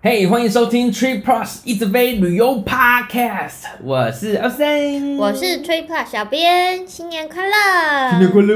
嘿欢迎收听 Tree Plus 一直飞旅游 Podcast，我是阿森，我是 Tree Plus 小编，新年快乐！新年快乐！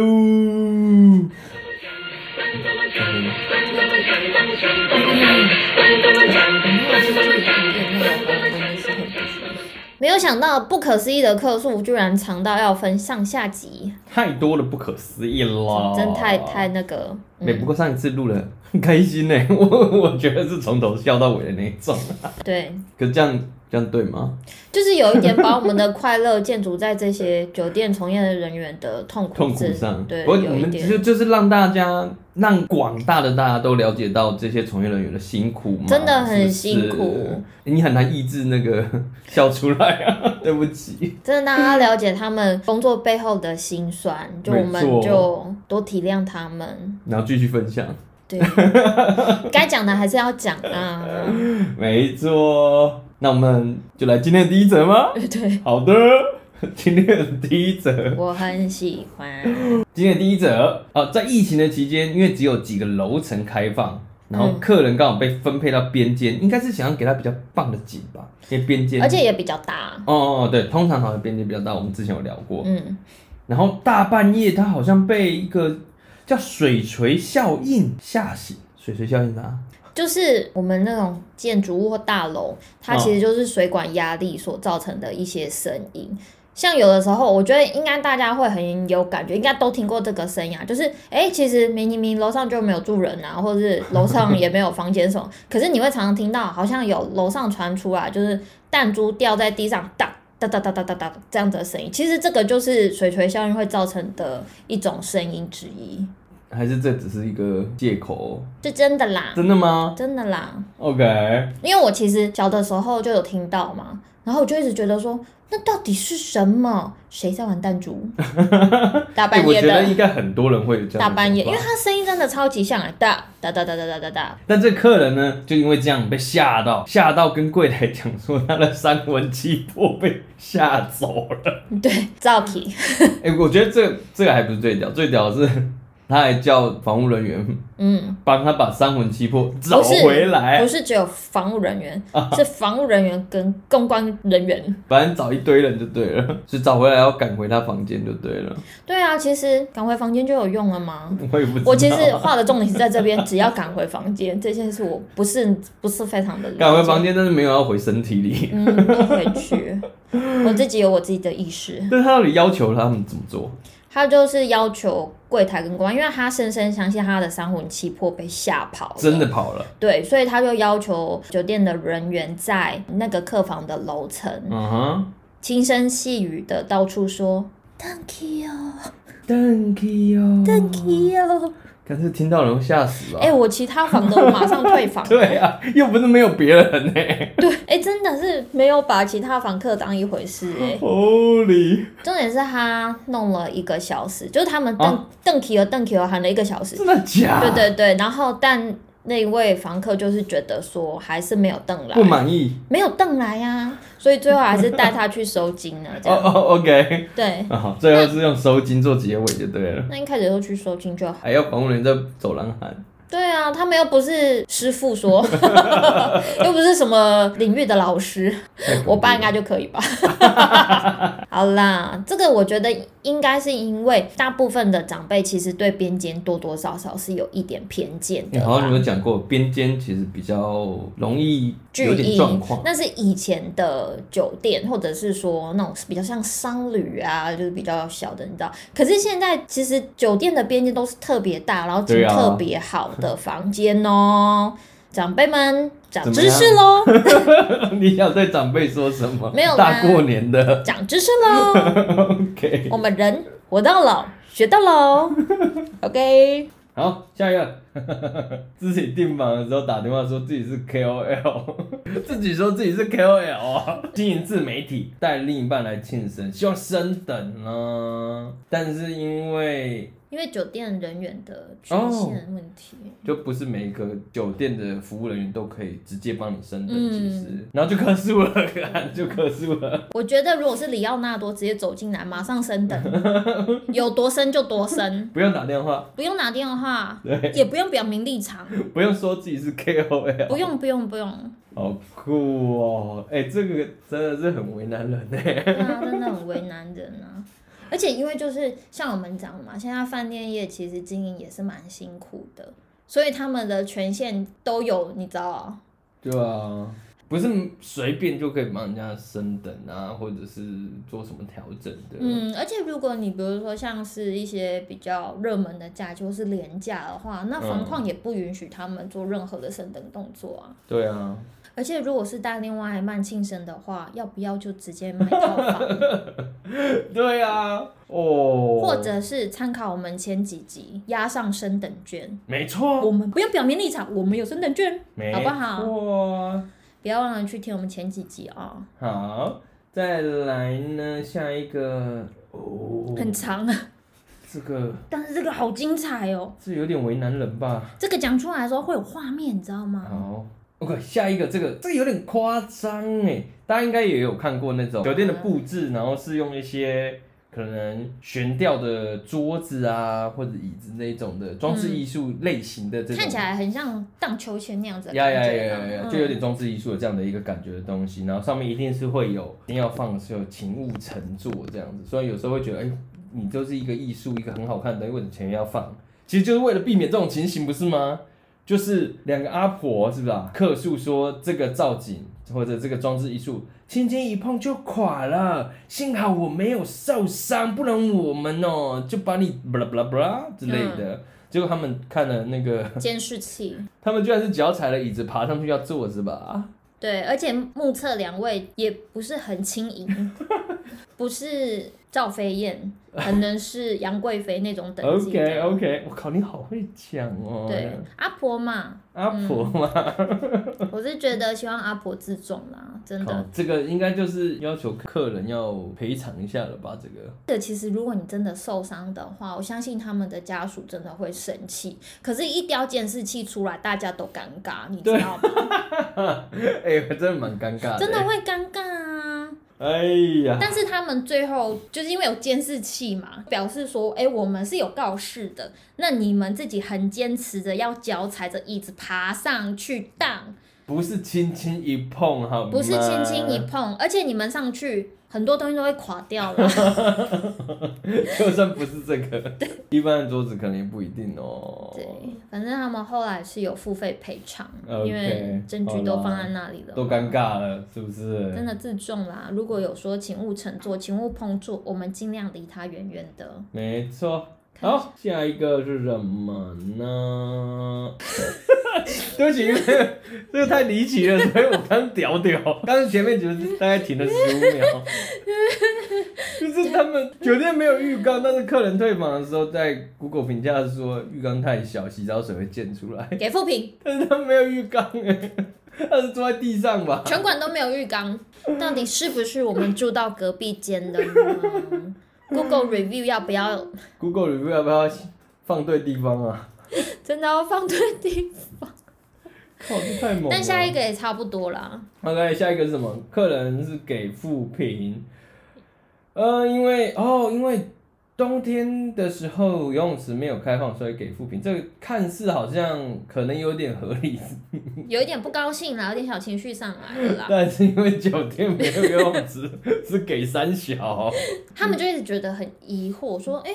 没有想到不可思议的客数居然长到要分上下集，太多了，不可思议了，真太太嗯那个。哎、不过上一次录了很开心呢、 我我觉得是从头笑到尾的那一种。对，可是这样这样对吗？就是有一点把我们的快乐建筑在这些酒店从业人员的痛苦痛之苦上，对，我有我一们就点。就是让大家让广大的大家都了解到这些从业人员的辛苦嘛，真的很是不是辛苦，你很难抑制那个笑出来啊， 对不起。真的让大家了解他们工作背后的辛酸，就我没们错就多体谅他们。然后继续分享， 对，该讲的还是要讲啊。没错。那我们就来今天的第一则吗？对，好的，今天的第一则。我很喜欢。 今天的第一则，呃，在疫情的期间，因为只有几个楼层开放，然后客人刚好被分配到边间，应该是想要给他比较棒的景吧，因为边间，而且也比较大。哦哦哦，对，通常好像边间比较大，我们之前有聊过。嗯，然后大半夜，他好像被一个叫水锤效应吓醒。水锤效应啊，就是我们那种建筑物或大楼，它其实就是水管压力所造成的一些声音。像有的时候，我觉得应该大家会很有感觉，应该都听过这个声音啊，就是哎、诶其实明明明楼上就没有住人啊，或者是楼上也没有房间什么，可是你会常常听到好像有楼上传出来，就是弹珠掉在地上哒哒哒哒哒哒哒这样子的声音。其实这个就是水锤效应会造成的一种声音之一，还是这只是一个借口？哦这真的啦，真的吗真的啦。 ？OK，因为我其实小的时候就有听到嘛，然后我就一直觉得说，那到底是什么？谁在玩弹 珠？大哎半我夜觉得应的，该很多人会有这样的大半夜，因想为法他声音真的超级像啊，哒哒哒哒哒哒哒哒。但这客人呢，就因为这样被吓到，吓到跟柜台讲说他的三魂七魄被吓走 了。对，赵琪，哎、我觉得这这个还不是最屌，最屌的是他还叫防务人员嗯，帮他把三魂七魄找不是回来啊不，是只有防务人员，是防务人员跟公关人员。反正找一堆人就对了，是找回来要赶回他房间就对了。 对啊，其实赶回房间就有用了吗？我也不知道，我其实画的重点是在这边，只要赶回房间这件事，我不是不是非常的了解赶回房间，但是没有要回身体里。 嗯，不回去。我自己有我自己的意识，但是他到底要求他们怎么做？他就是要求柜台跟公安，因为他深深相信他的三魂七魄被吓跑了，真的跑了，对，所以他就要求酒店的人员在那个客房的楼层嗯哼轻声细语的到处说 “thank you, ，Thank you， thank you”。可是听到人会吓死吧？。哎、我其他房都马上退房 对啊，又不是没有别人欸呢、对，哎、真的是没有把其他房客当一回事 哎、 Holy，重点是他弄了一个小时，就是他们啊邓邓企鹅邓企鹅喊了一个小时，真的假？对对对，然后但那一位房客就是觉得说还是没有邓来不，满意。没有邓来呀、啊，所以最后还是带他去收金了，这哦样、哦，OK，对。啊好，最后是用收金做结尾就对了，那一开始就去收金就好。还要防务人在走廊喊。对啊，他们又不是师傅 说，又不是什么领域的老师，太恐怖我爸应该就可以吧。 好啦，这个我觉得应该是因为大部分的长辈其实对边间多多少少是有一点偏见你的吧。好像有讲过，边间其实比较容易有巨点婴状况， 那是以前的酒店，或者是说那种比较像商旅啊，就是比较小的，你知道。可是现在其实酒店的边界都是特别大，然后进对啊特别好的房间哦、长辈们长怎么知识喽，你想对长辈说什么？没有啦大过年的 长知识喽， ，OK。我们人活到老学到老，OK。好，下一个， 自己订房的时候打电话说自己是 KOL，自 己说自己是 KOL 啊，经营自媒体，啊带另一半来庆生，希望升等呢、但是因为因为酒店人员的哦权限问题。就不是每一个酒店的服务人员都可以直接帮你升嗯等，其实，然后就克数了， 看就克数了。我觉得如果是里奥纳多直接走进来，马上升等， 有多升就多升，不用打电话，不用拿电话，对，也不用表明立场，不用说自己是 KOL，不用不用不用，好酷哦！哎、这个真的是很为难人哎。对啊，真的很为难人啊。而且因为就是像我们讲的嘛，现在饭店业其实经营也是蛮辛苦的，所以他们的权限都有，你知道、啊。对啊，不是随便就可以帮人家升等啊，或者是做什么调整的。嗯，而且如果你比如说像是一些比较热门的假期或是廉价的话，那房况也不允许他们做任何的升等动作啊。对啊，而且如果是大另外慢庆生的话，要不要就直接买套房， 对啊，哦，或者是参考我们前几集押上升等券，没我错，们不用表明立场，我们有升等券，哦没好不好错啊。不要忘了去听我们前几集啊、好，再来呢，下一个哦，很长，啊这个 但是这个好精彩哦，这有点为难人吧？这个讲出来的时候会有画面，你知道吗？好。OK，下一个这个这个有点夸张哎，大家应该也有看过那种酒啊店的布置，然后是用一些可能悬吊的桌子啊或者椅子那种的装饰艺术类型的这种，嗯看起来很像荡秋千那样子的呀感呀觉呀啊，呀呀，嗯就有点装置艺术的这样的一个感觉的东西，然后上面一定是会有，一定要放的是有情物乘坐这样子，所以有时候会觉得，哎、你就是一个艺术，一个很好看的东西，为什么前面要放？其实就是为了避免这种情形，不是吗？就是两个阿婆是不是啊？客诉说这个造景或者这个装置艺术，轻轻一碰就垮了，幸好我没有受伤，不然我们哦就把你巴拉巴拉巴拉之类嗯的。结果他们看了那个监视器。他们居然是脚踩了椅子爬上去要坐是吧？对，而且目测两位也不是很 轻盈，不是赵飞燕，可能是杨贵妃那种等级的。 OK OK，我靠，你好会讲哦。对，，嗯阿婆嘛，阿婆嘛，我是觉得希望阿婆自重啦，真靠的。这个应该就是要求客人要赔偿一下了吧？这个 这其实如果你真的受伤的话，我相信他们的家属真的会生气。可是，一雕监视器出来，大家都尴尬，你知道吗？哎、真的蛮尴尬的。真的会尴尬啊。哎呀，但是他们最后就是因为有监视器嘛，表示说，哎、我们是有告示的，那你们自己很坚持着要脚踩着椅子爬上去荡，不是轻轻一碰好吗？不是轻轻嗯一碰，而且你们上去很多东西都会垮掉了。 就算不是这个，一般的桌子可能也不一定哦。对，反正他们后来是有付费赔偿 OK，因为证据都放在那里了，都尴。尬了，是不是？真的自重啦！如果有说请勿乘坐、请勿碰触，我们尽量离他远远的。没错。看一下好，下一个是什么 呢？对不起， 因为这个太离奇了，所以我刚屌 屌，刚刚前面觉得大概停了十五秒，就是他们酒店没有浴缸，但是客人退房的时候，在 Google 评价说浴缸太小，洗澡水会溅出来， 给负评，但是他们没有浴缸哎、 他是坐在地上吧？全馆都没有浴缸，到底是不是我们住到隔壁间的 呢？Google review 要不要 Google review 要不要放对地方啊？真的要放对 地方？靠，这太猛了！但下一个也差不多啦。 OK，下一个是什么？客人是给负评。呃，因为哦，因为冬天的时候游泳池没有开放，所以给负评。这个看似好像可能有点合 理，有一点不高兴啦，有点小情绪上来了啦。但是因为酒店没有游泳池， 是给三小。他们就一直觉得很疑惑，说：“哎、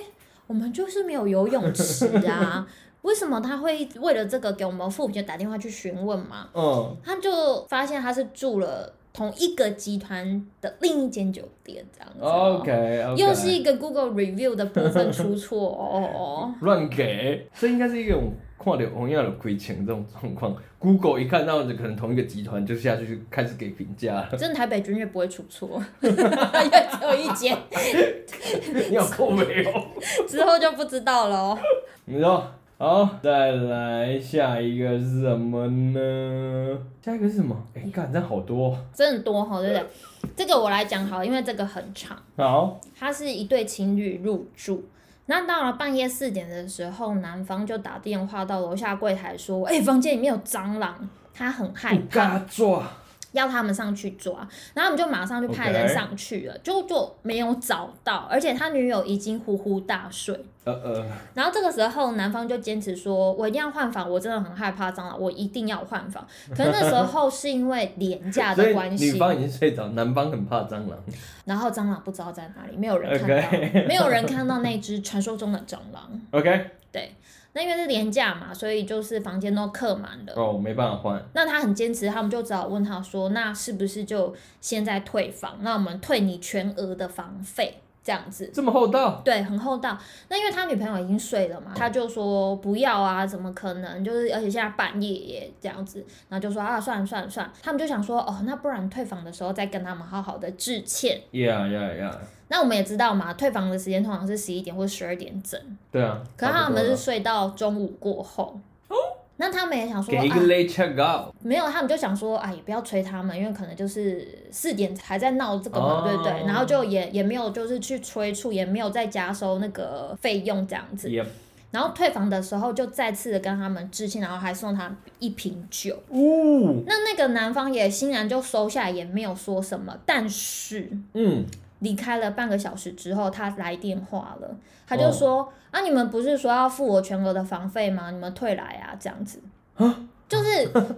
我们就是没有游泳池啊，为什么他会为了这个给我们负评就打电话去询问嘛？”嗯，他就发现他是住了同一个集团的另一间酒店，这样子哦、 OK OK，又是一个 Google review 的部分出 错哦。乱给，这应该是一种看到同样的亏钱这种状况。Google 一看到可能同一个集团，就下去就开始给评价 了。真的台北君越不会出错，因为只有一间，你有够没有？之后就不知道哦喽。你说好，再来下一个是什么呢？下一个是什么？哎、干，这好多哦。真的多哈，对不对？这个我来讲好了，因为这个很长。好，它是一对情侣入住，那到了半夜四点的时候，男方就打电话到楼下柜台说：“哎、房间里面有蟑螂，他很害不怕嘎，抓，要他们上去抓。”然后我们就马上就派人 OK 上去了就就没有找到，而且他女友已经呼呼大睡。呃呃，然后这个时候，男方就坚持说：“我一定要换房，我真的很害怕蟑螂，我一定要换 房。”可是那时候是因为廉价所的关以系，女方已经睡着，男方很怕蟑螂。然后蟑螂不知道在哪里，没有人看到 OK 没有人看到那只传说中的蟑螂。 OK，对，那因为是廉价嘛，所以就是房间都客满了。哦，没办法换，那他很坚持，他们就只好问他说：“那是不是就现在退房？那我们退你全额的房费，这样子。”这么厚道，对，很厚道。那因为他女朋友已经睡了嘛，他就说不要啊，怎么可能？就是而且现在半夜耶这样子，然后就说啊，算了算了算了。他们就想说，哦，那不然退房的时候再跟他们好好的致歉。呀呀呀，那我们也知道嘛，退房的时间通常是十一点或十二点整，对啊，可是差他不多们了是睡到中午过后。那他们也想说给一个啊 late check out，没有，他们就想说，哎，也不要催他们，因为可能就是四点还在闹这个嘛，哦对不对？然后就也也没有就是去催促，也没有再加收那个费用这样子。也然后退房的时候就再次的跟他们致歉，然后还送他一瓶酒。呜，那那个男方也欣然就收下，也没有说什么。但是嗯，离开了半个小时之后，他来电话了，他就说：“啊，你们不是说要付我全额的房费吗？你们退来啊，这样子。”就是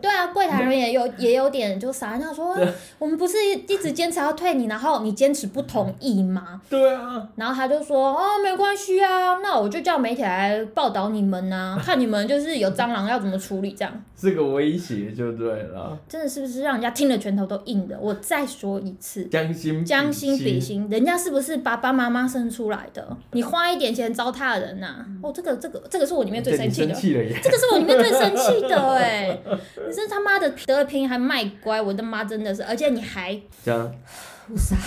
对啊，柜台人也有也有点就傻，他说啊对我们不是一直坚持要退你，然后你坚持不同意吗？对啊，然后他就说哦，没关系啊，那我就叫媒体来报道你们呐、看你们就是有蟑螂要怎么处理这样。这个威胁就对了，真的是不是让人家听了拳头都硬的？我再说一次，将心将心比，心，人家是不是爸爸妈妈生出来的？你花一点钱糟蹋人呐、哦，这个这个这个是我里面最嗯对生你气的生。气了耶，这个是我里面最生气的哎、你这他妈的得了便宜还卖乖，我的妈真的是，而且你还这样，不傻，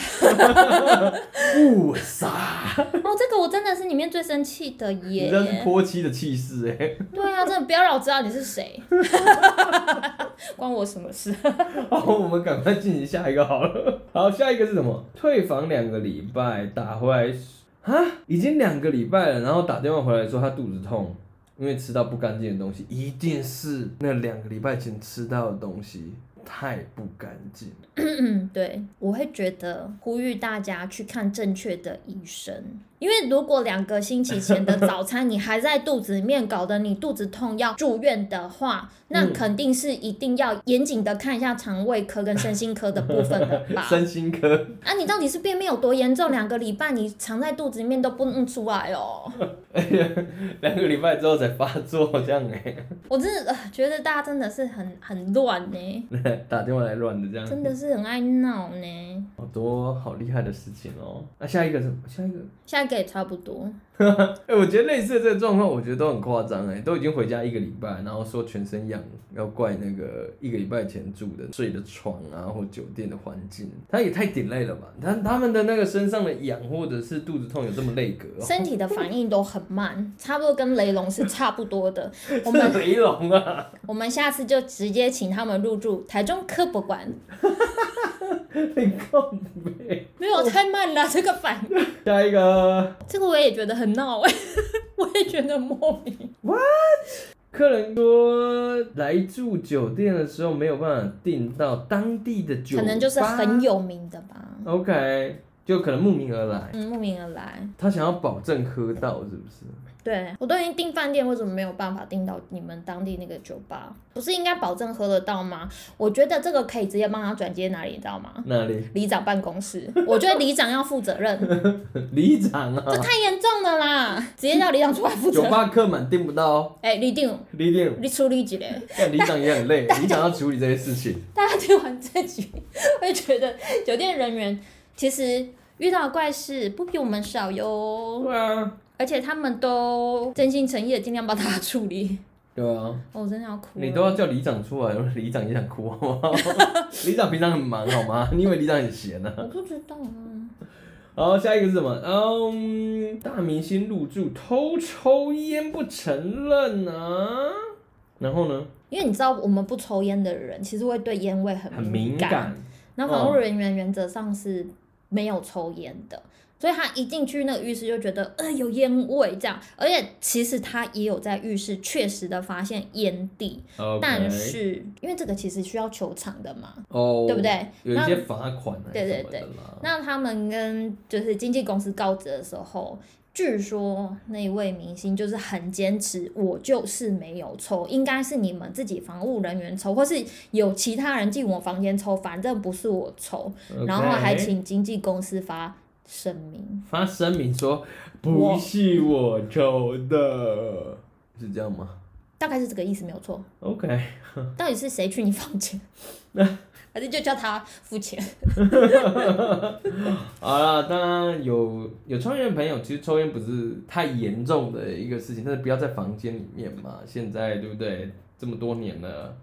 不傻，哦，这个我真的是里面最生气的你耶这是泼妻的气势哎，对啊，真的不要让我知道你是谁， 关我什么事？ 好，我们赶快进行下一个好了，好，下一个是什么？退房两个礼拜打回来啊，已经两个礼拜了，然后打电话回来说他肚子痛。因为吃到不干净的东西，一定是那两个礼拜前吃到的东西太不干净了。嗯， 对，我会觉得呼吁大家去看正确的医生，因为如果两个星期前的早餐你还在肚子里面，搞得你肚子痛要住院的话，那嗯肯定是一定要严谨的看一下肠胃科跟身心科的部分的吧。 身心科啊，你到底是便秘有多严重？两个礼拜你藏在肚子里面都不弄出来哦。哎呀，两个礼拜之后才发作，这样哎、我真的、呃觉得大家真的是很很乱呢， 打电话来乱的这样，真的是很爱闹呢。好多好厉害的事情哦。那、下一个是什么？下一个，下一个也差不多，哎、我觉得类似的这个状况，我觉得都很夸张哎，都已经回家一个礼拜，然后说全身痒，要怪那个一个礼拜前住的睡的床啊，或酒店的环境，他也太顶累了吧？他他们的那个身上的痒或者是肚子痛有这么累格、哦？身体的反应都很慢， 差不多跟雷龙是差不 多的。我是们雷龙啊，我们下次就直接请他们入住台中科博馆。你够没？没有太慢哦了，这个反 应，下一个。这个我也觉得很闹哎、 我也觉得莫名。客人说来住酒店的时候没有办法订到当地的酒吧，可能就是很有名的吧， OK，就可能慕名而来。嗯，慕名而来。他想要保证喝到，是不是？对我都已经订饭店，为什么没有办法订到你们当地那个酒吧？不是应该保证喝得到吗？我觉得这个可以直接帮他转接哪里，你知道吗？那里 里长办公室，我觉得里长要负责任，里长这啊，太严重了啦！直接叫里长出来负责酒任。吧客满订不到哦，哎、李定，里长，你处理一下。但里长也很 累，里长要处理这些事情。大家听完这集，会觉得酒店人员其实遇到的怪事不比我们少哟，对啊，而且他们都真心诚意的尽量帮他处理。对啊，哦我真的要哭了。你都要叫里长出来， 里长也想哭好不 好？里长平常很忙好吗？ 你以为里长很闲啊？我不知道啊，好，下一个是什么？嗯，大明星入住偷抽烟不承认啊。然后呢？因为你知道我们不抽烟的人，其实会对烟味很很敏感。感。那防护人员原则上是没有抽烟的，所以他一进去那个浴室就觉得呃有烟味这样，而且其实他也有在浴室确实的发现烟蒂， OK 但是因为这个其实需要球场的嘛，哦，对不？对？有一些罚款啊对对什么的啦。那他们跟就是经纪公司告知的时候，据说那一位明星就是很坚持，我就是没有抽，应该是你们自己防务人员抽，或是有其他人进我房间抽，反正不是我抽。 OK 哎然后还请经纪公司发声明，发声明说我不是我抽的，是这样吗大概是这个意思，没有错。 ？OK，到底是谁去你房 间？还是就叫他付嗯钱？好了，当然有有抽烟的朋友，其实抽烟不是太严重的一个事情，但是不要在房间里面嘛。现在对不对？这么多年了，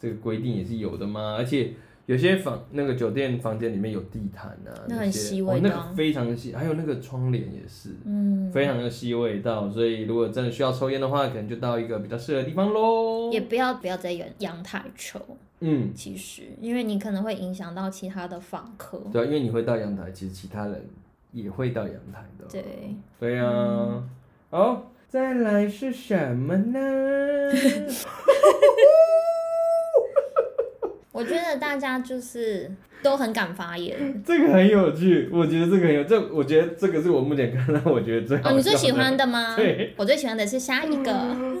这个规定也是有的嘛。而且有些房那个酒店房间里面有地毯啊，那那很些吸哦味，那道个非常吸，还有那个窗帘也是。嗯，非常的吸味道，所以如果真的需要抽烟的话，可能就到一个比较适合的地方喽也。不要不要在阳阳台抽，嗯，其实因为你可能会影响到其他的访客。对啊，因为你会到阳台，其实其他人也会到阳台的。对，对呀、好，再来是什么呢？ 我觉得大家就是都很敢发言。这个很有趣，我觉得这个很有，这我觉得这个是我目前看到我觉得最好笑哦，的。你最喜欢的 吗？对，嗯我最喜欢的是下一个。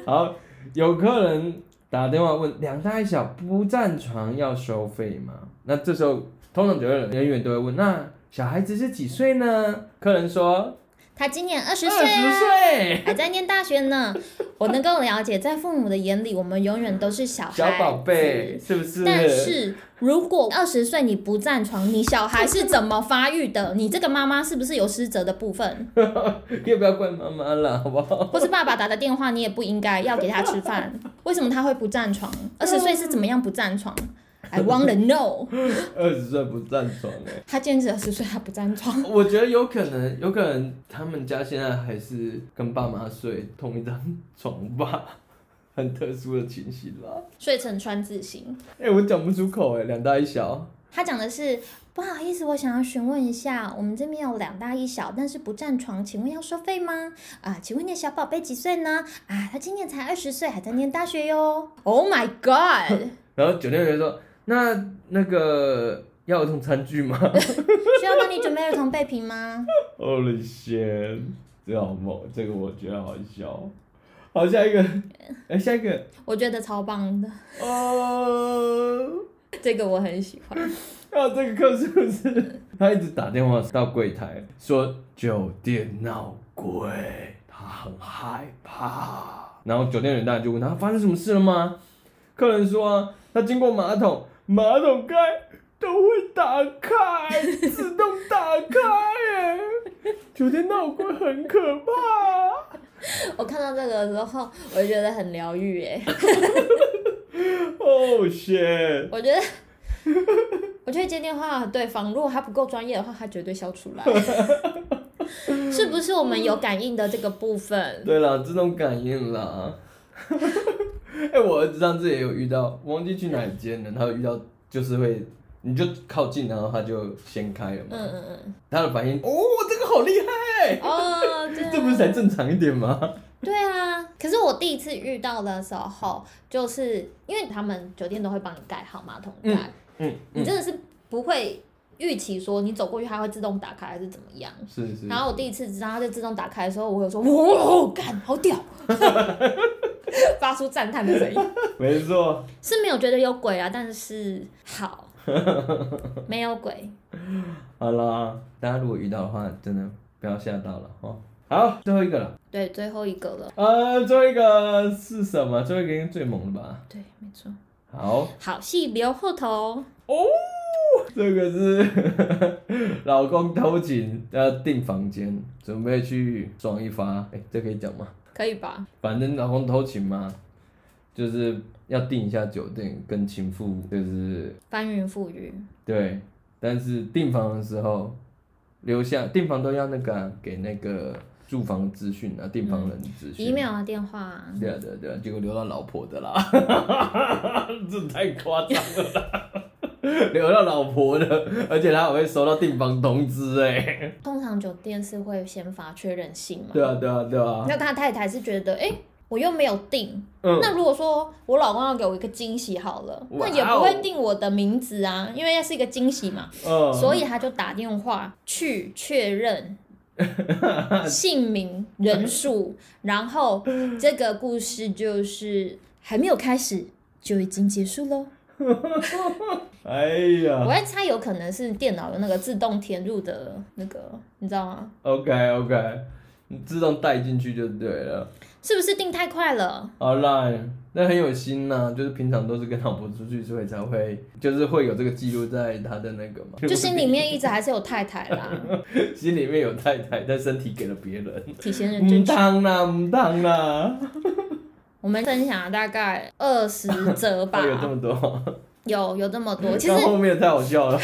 好，有客人打电话问两大一小不占床要收费吗？那这时候通常酒店人员都会问，那小孩子是几岁呢？客人说他今年二十二岁十啊，岁，还在念大学呢。我能够了解，在父母的眼里，我们永远都是小孩小宝贝。是不是？但是如果二十岁你不站床，你小孩是怎么发育的？你这个妈妈是不是有失责的部 分？可以不要怪妈妈了，好不好？或是爸爸打的电话，你也不应该要给他吃饭。为什么他会不站床？二十岁是怎么样不站床？I want to know。 二十岁不占床哎、他坚持二十岁他不站 床。我觉得有可能，有可能他们家现在还是跟爸妈睡同一张床吧，很特殊的情形啦。睡成川字形。哎、我讲不出口哎、两大一小。他讲的是不好意思，我想要询问一下，我们这边有两大一小，但是不占床，请问要收费吗？啊，请问你的小宝贝几岁呢？啊，他今年才二十岁，还在念大学哟。Oh my god！然后酒店员说：“那那个要儿童餐具吗需要帮你准备儿童备品吗？ ？”Holy shit！这好猛，这个我觉得好笑。好，下一个，哎、下一个，我觉得超棒的，哦，这个我很喜欢。啊，这个客是不是？他一直打电话到柜台说酒店闹鬼，他很害怕。然后酒店人大就问他啊发生什么事了吗？客人说、啊、他经过马桶，马桶盖都会打开，自动打开耶。酒店闹鬼很可怕。我看到这个的时候，我就觉得很疗愈耶。 Oh shit！我觉得，我觉得接电话对方，如果他不够专业的话，他绝对笑出来。是不是我们有感应的这个部分？对啦，自动感应啦。哎、我儿子上次也有遇到，忘记去哪一间了，他有遇到就是会，你就靠近，然后他就先开了嘛。嗯嗯他的反应，哦，这个好厉害嗯，，哦，对啊，这不是才正常一点吗？对啊。可是我第一次遇到的时候，就是因为他们酒店都会帮你盖好马桶盖，嗯，你真的是不会预期说你走过去它会自动打开还是怎么样。是是。然后我第一次知道它就自动打开的时候，我有说哇，干，好 屌，发出赞叹的声音。没错。是没有觉得有鬼啊，但是 好，没有鬼。好啦，大家如果遇到的话，真的不要吓到了哦。好，最后一个了，对，最后一个了。呃，最后一个是什么？最后一个应该最猛了吧？对，没错。好，好戏留后头，哦，这个是 老公偷情要订房间，准备去爽一发。哎、这可以讲吗？可以吧？反正老公偷情嘛，就是要订一下酒店，跟情妇就是翻云覆雨，对。但是订房的时候留下订房都要那个啊、给那个住房资讯啊，订房人资讯。 email 啊，电话啊，对啊 对啊对啊，结果留到老婆的啦，这太夸张了啦。 留到老婆的，而且他还会收到订房通知哎。通常酒店是会先发确认信嘛？对啊，对啊，对啊。那他太太是觉得，哎、我又没有定，嗯，那如果说我老公要给我一个惊喜好了，那哇也不会哦定我的名字啊，因为是一个惊喜嘛，嗯所以他就打电话去确 认姓名、人数，然后这个故事就是还没有开始就已经结束喽。哎我呀在猜，有可能是电脑有那个自动填入的那个，你知道吗？ ，OK OK，你自动带进去就对了。是不是定太快 了？好啦，那很有心呐、就是平常都是跟老婆出去，所以才会就是会有这个记录在他的那个嘛，就心里面一直还是有太太啦， 心里面有太太，但身体给了别人。体现认唔嗯真。当啦，唔当啦，我们分享了大概二十则吧 哎，有这么嗯多，有有这么多。其实到后面太好笑了。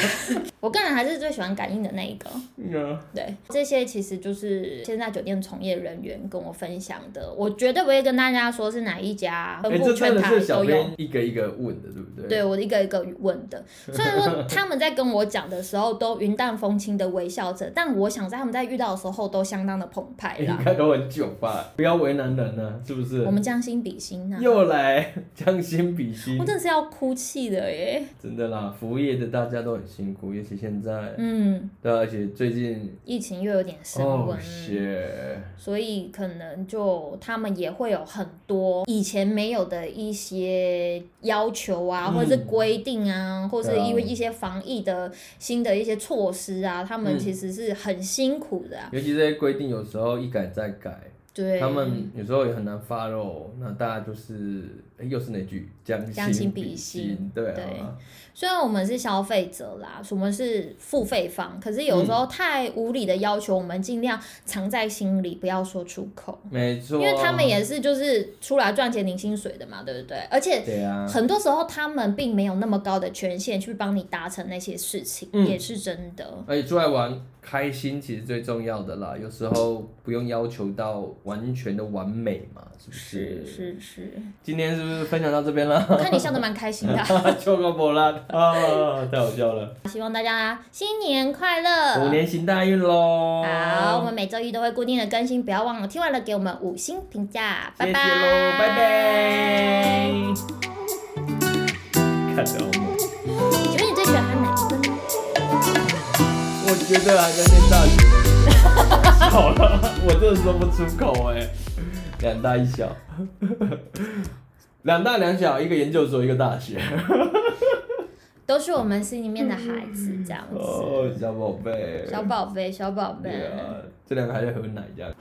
我个人还是最喜欢感应的那一个。嗯对，这些其实就是现在酒店从业人员跟我分享的，我绝对不会跟大家说是哪一家，哎、分布这全真的台是小都有。编一个一个问的，对不对？对我一个一个问的，虽然说他们在跟我讲的时候都云淡风轻的微笑着，但我想在他们在遇到的时候都相当的澎湃哎，应啦。该都很久吧？不要为难人呢、是不是我？们将心比心呐、又来将心比心我，真的是要哭泣的耶。真的啦，服务业的大家都很辛苦，尤其现在，嗯，对啊，而且最近，疫情又有点升哦温，谢，所以可能就他们也会有很多以前没有的一些要求啊，嗯或者是规定啊，或是对啊因为一些防疫的新的一些措施啊，他们嗯其实是很辛苦的、啊。尤其这些规定有时候一改再改，对，他们有时候也很难 follow，那大家就是，哎，又是那句将将心心比比心心，对啊，虽然我们是消费者啦，我们是付费方，可是有时嗯候太无理的要求，我们尽量藏在心里，不要说出口。没错，因为他们也是就是出来赚钱领薪水的嘛，对不对？而且对啊，很多时候他们并没有那么高的权限去帮你达成那些事情，嗯也是真的。而且出来玩开心其实最重要的啦，有时候不用要求到完全的完美嘛，是不是？是 是，今天是不是分享到这边了？ 我看你笑得蛮开心的，秋个波 拉啊，太好笑了！希望大家新年快虎乐。年行大运喽！好，我们每周一都会固定的更新，不要忘了听完了给我们五星评价，谢拜谢拜喽，拜拜。看着我们，请问你最喜欢哪一个？我觉得还在念大 学，笑了，我真的说不出口哎、两大一小，两大两小，一个研究所，一个大学。都是我们心里面的孩子，这样子。哦，小宝贝，小宝贝，小宝贝。对啊，这两个还在喝奶这样。